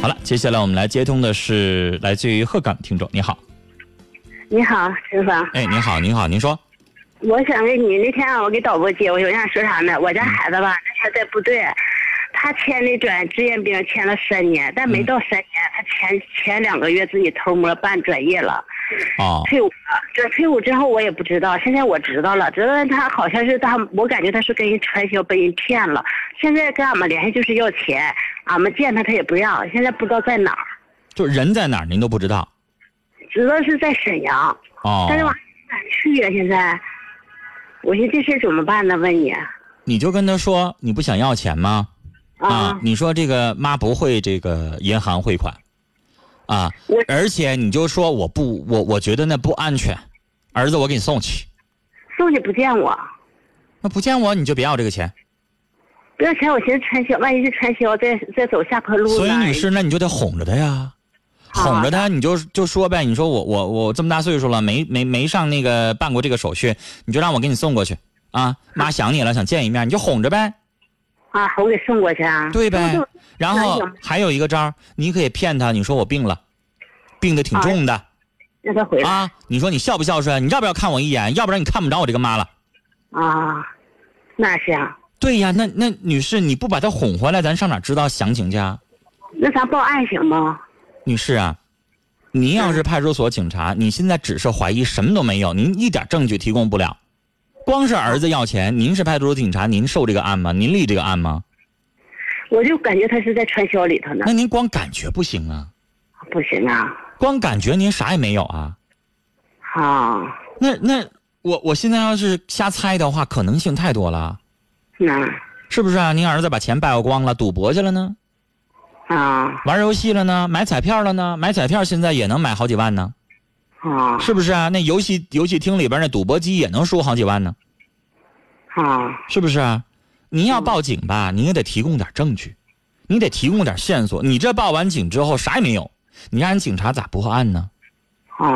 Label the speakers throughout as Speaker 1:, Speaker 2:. Speaker 1: 好了，接下来我们来接通的是来自于鹤岗听众，你好，
Speaker 2: 你好，师傅，
Speaker 1: 哎，您好，您好，您说，
Speaker 2: 我想问你，那天啊我给导播接，我有想说啥呢？我家孩子吧，那天在部队，他签那转志愿兵签了三年，但没到三年，他前前两个月自己偷摸办转业了，
Speaker 1: 哦，
Speaker 2: 退伍了。这退伍之后我也不知道，现在我知道了，知道他好像是他，我感觉他是跟人传销被人骗了，现在跟俺们联系就是要钱，俺们见他他也不让，现在不知道在哪儿，
Speaker 1: 就人在哪儿您都不知道，
Speaker 2: 知道是在沈阳。
Speaker 1: 哦
Speaker 2: 但，是我还不敢去呀、现在，我寻思这事儿怎么办呢？问你啊，
Speaker 1: 你就跟他说你不想要钱吗？啊，你说这个妈不会这个银行汇款，啊
Speaker 2: 我，
Speaker 1: 而且你就说我不，我我觉得那不安全，儿子我给你送去，
Speaker 2: 送去不见我，
Speaker 1: 那不见我你就别要这个钱，
Speaker 2: 不要钱，我寻思传销，万一是传销，再再走下坡路呢。
Speaker 1: 所以女士那你就得哄着他呀，
Speaker 2: 好
Speaker 1: 哄着他你就就说呗，你说我我我这么大岁数了，没没没上那个办过这个手续，你就让我给你送过去啊，妈想你了想见一面，你就哄着呗，
Speaker 2: 啊，我给送过去啊。
Speaker 1: 对呗
Speaker 2: 那就哎
Speaker 1: 然后还有一个招儿，你可以骗他，你说我病了，病的挺重的。
Speaker 2: 让他回来
Speaker 1: 啊，你说你孝不孝顺？你要不要看我一眼？要不然你看不着我这个妈了。
Speaker 2: 啊，那啊行，
Speaker 1: 对呀，那那女士，你不把她哄回来，咱上哪知道详情去啊？
Speaker 2: 那咱报案行吗？
Speaker 1: 女士啊，您要是派出所警察，你现在只是怀疑，什么都没有，您一点证据提供不了。光是儿子要钱，您是派出所警察，您受这个案吗？您立这个案吗？
Speaker 2: 我就感觉他是在传销里头呢
Speaker 1: 那，您光感觉不行啊，
Speaker 2: 不行啊，
Speaker 1: 光感觉您啥也没有啊。
Speaker 2: 啊，
Speaker 1: 那那我我现在要是瞎猜的话，可能性太多了，
Speaker 2: 那
Speaker 1: 是不是啊？您儿子把钱败光了，赌博去了呢？
Speaker 2: 啊
Speaker 1: 玩游戏了呢，买彩票了呢，买彩票现在也能买好几万呢，
Speaker 2: 啊
Speaker 1: 是不是啊？那游戏游戏厅里边那赌博机也能输好几万呢，
Speaker 2: 啊，
Speaker 1: 是不是啊？您要报警吧，您也得提供点证据，你得提供点线索。你这报完警之后啥也没有，你让人警察咋破案呢？
Speaker 2: 啊，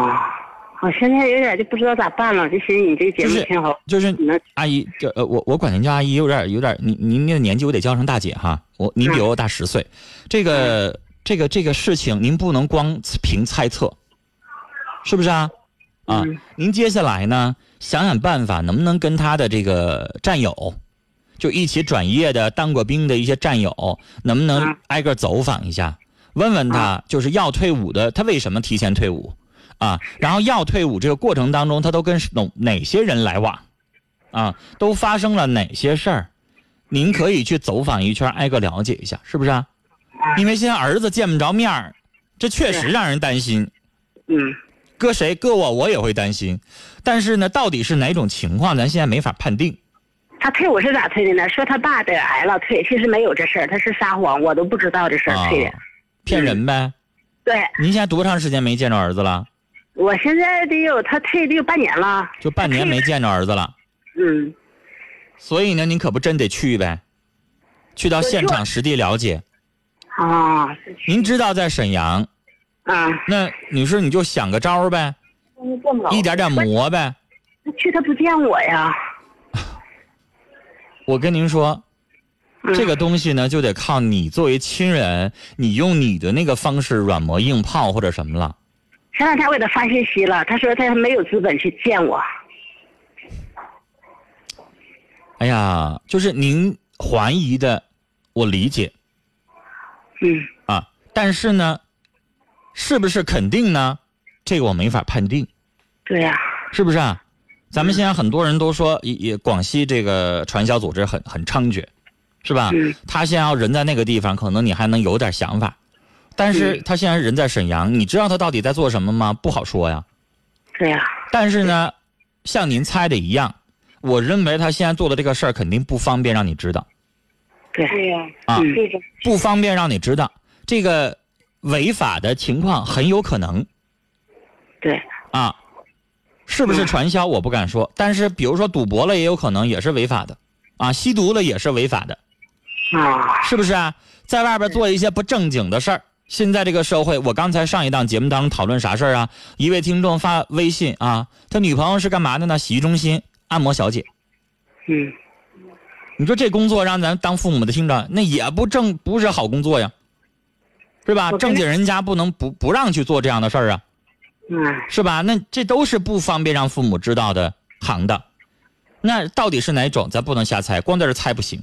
Speaker 2: 我现在有点就不知道咋办了，就寻思你这节
Speaker 1: 就
Speaker 2: 目
Speaker 1: 是
Speaker 2: 挺好，
Speaker 1: 就是
Speaker 2: 你能
Speaker 1: 阿姨，这呃，我我管您叫阿姨有点有点，您您那个年纪我得叫上大姐哈，我您比我大十岁，这个这个这个事情您不能光凭猜测，是不是啊？啊，
Speaker 2: 嗯
Speaker 1: 您接下来呢，想想办法，能不能跟他的这个战友，就一起转业的、当过兵的一些战友，能不能
Speaker 2: 嗯
Speaker 1: 挨个走访一下，问问他，就是要退伍的，他为什么提前退伍啊？然后要退伍这个过程当中，他都跟哪哪些人来往啊？都发生了哪些事儿？您可以去走访一圈，挨个了解一下，是不是啊？因为现在儿子见不着面儿，这确实
Speaker 2: 嗯是
Speaker 1: 让人担心。
Speaker 2: 嗯。
Speaker 1: 搁谁搁我，我也会担心。但是呢，到底是哪种情况，咱现在没法判定。
Speaker 2: 他退伍是咋退的呢？说他爸得癌了退，其实没有这事儿，他是撒谎，我都不知道这嗯事
Speaker 1: 啊
Speaker 2: 儿退的。
Speaker 1: 骗人呗！
Speaker 2: 对，
Speaker 1: 您现在多长时间没见着儿子了？
Speaker 2: 我现在得有他退得有半年了。
Speaker 1: 就半年没见着儿子了。
Speaker 2: 嗯，
Speaker 1: 所以呢，您可不真得去呗，去到现场实地了解。
Speaker 2: 啊
Speaker 1: 您知道在沈阳，
Speaker 2: 啊，
Speaker 1: 那女士你就想个招儿呗，一点点磨呗。
Speaker 2: 去他不见我呀。
Speaker 1: 我跟您说，
Speaker 2: 嗯、
Speaker 1: 这个东西呢，就得靠你作为亲人，你用你的那个方式软磨硬泡或者什么了。
Speaker 2: 前两天我给他发信息了，他说他没有资本去见我。
Speaker 1: 哎呀，就是您怀疑的，我理解
Speaker 2: 嗯，
Speaker 1: 啊，但是呢，是不是肯定呢？这个我没法判定，
Speaker 2: 对呀、
Speaker 1: 是不是啊？咱们现在很多人都说，也也广西这个传销组织很很猖獗，是吧？
Speaker 2: 嗯
Speaker 1: 他现在要人在那个地方，可能你还能有点想法，但是
Speaker 2: 嗯
Speaker 1: 他现在人在沈阳，你知道他到底在做什么吗？不好说呀。
Speaker 2: 对呀、
Speaker 1: 但是呢，像您猜的一样，我认为他现在做的这个事儿肯定不方便让你知道。
Speaker 2: 对。
Speaker 3: 对呀、
Speaker 1: 啊
Speaker 3: 是这种
Speaker 1: 不方便让你知道这个违法的情况很有可能
Speaker 2: 对，
Speaker 1: 啊，是不是传销我不敢说，但是比如说赌博了也有可能也是违法的啊，吸毒了也是违法的，
Speaker 2: 啊，
Speaker 1: 是不是啊？在外边做一些不正经的事儿。现在这个社会，我刚才上一档节目当中讨论啥事儿啊？一位听众发微信啊，他女朋友是干嘛的呢？洗浴中心按摩小姐。
Speaker 2: 嗯，
Speaker 1: 你说这工作让咱当父母的听着，那也不正不是好工作呀，是吧？
Speaker 2: 我跟
Speaker 1: 正经人家不能不不让去做这样的事儿啊，
Speaker 2: 嗯，
Speaker 1: 是吧？那这都是不方便让父母知道的行当。那到底是哪种，咱不能瞎猜，光在这猜不行。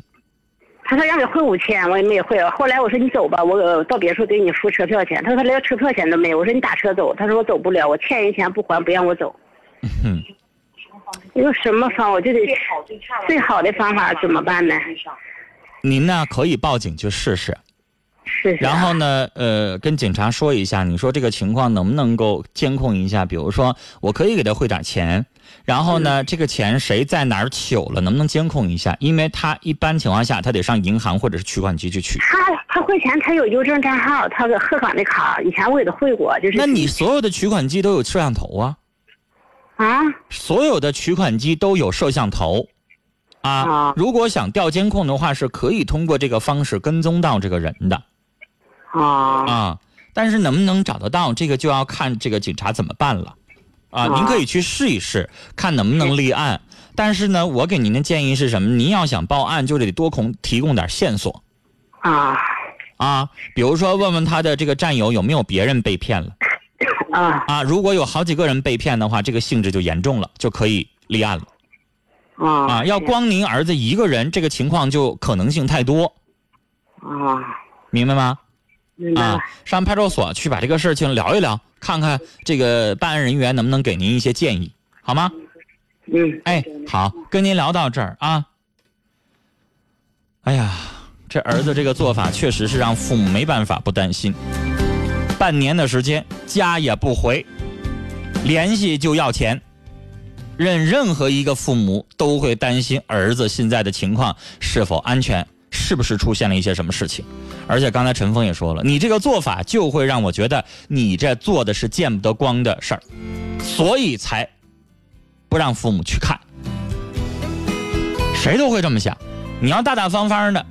Speaker 2: 他说让给汇五千，我也没汇。后来我说你走吧，我呃到别处给你付车票钱。他说他连车票钱都没有。我说你打车走，他说我走不了，我欠人钱不还，不让我走。
Speaker 1: 哼，
Speaker 2: 有什么方我就得最好的方法怎么办呢？
Speaker 1: 您呢可以报警去试试，
Speaker 2: 是是啊。
Speaker 1: 然后呢，呃，跟警察说一下，你说这个情况能不能够监控一下？比如说，我可以给他汇点钱，然后呢，这个钱谁在哪儿取了，能不能监控一下？因为他一般情况下，他得上银行或者是取款机去取。
Speaker 2: 他他汇钱，他有邮政账号，他有鹤岗的卡，以前我给他汇过，就是。
Speaker 1: 那你所有的取款机都有摄像头啊，
Speaker 2: 啊？
Speaker 1: 所有的取款机都有摄像头，啊
Speaker 2: 啊，
Speaker 1: 如果想调监控的话，是可以通过这个方式跟踪到这个人的。
Speaker 2: 哦，
Speaker 1: 啊，但是能不能找得到，这个就要看这个警察怎么办了。啊，
Speaker 2: 啊
Speaker 1: 您可以去试一试，看能不能立案。但是呢，我给您的建议是什么？您要想报案，就得多供提供点线索
Speaker 2: 啊
Speaker 1: 啊，比如说问问他的这个战友有没有别人被骗了
Speaker 2: 啊
Speaker 1: 啊。如果有好几个人被骗的话，这个性质就严重了，就可以立案了
Speaker 2: 啊
Speaker 1: 啊。要光您儿子一个人，这个情况就可能性太多，
Speaker 2: 啊，
Speaker 1: 明白吗？
Speaker 2: 明白了
Speaker 1: 啊，上派出所去把这个事情聊一聊，看看这个办案人员能不能给您一些建议，好吗？
Speaker 2: 嗯，
Speaker 1: 哎，好，跟您聊到这儿啊。哎呀，这儿子这个做法确实是让父母没办法不担心。半年的时间，家也不回，联系就要钱，任任何一个父母都会担心儿子现在的情况是否安全，是不是出现了一些什么事情。而且刚才陈峰也说了，你这个做法就会让我觉得你这做的是见不得光的事儿，所以才不让父母去看。谁都会这么想，你要大大方方的，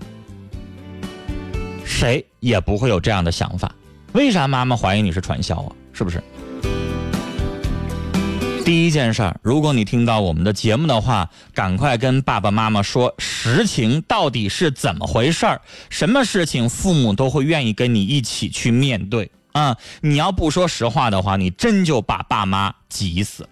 Speaker 1: 谁也不会有这样的想法。为啥妈妈怀疑你是传销啊？是不是？第一件事儿，如果你听到我们的节目的话，赶快跟爸爸妈妈说实情到底是怎么回事儿，什么事情父母都会愿意跟你一起去面对啊、你要不说实话的话，你真就把爸妈急死了。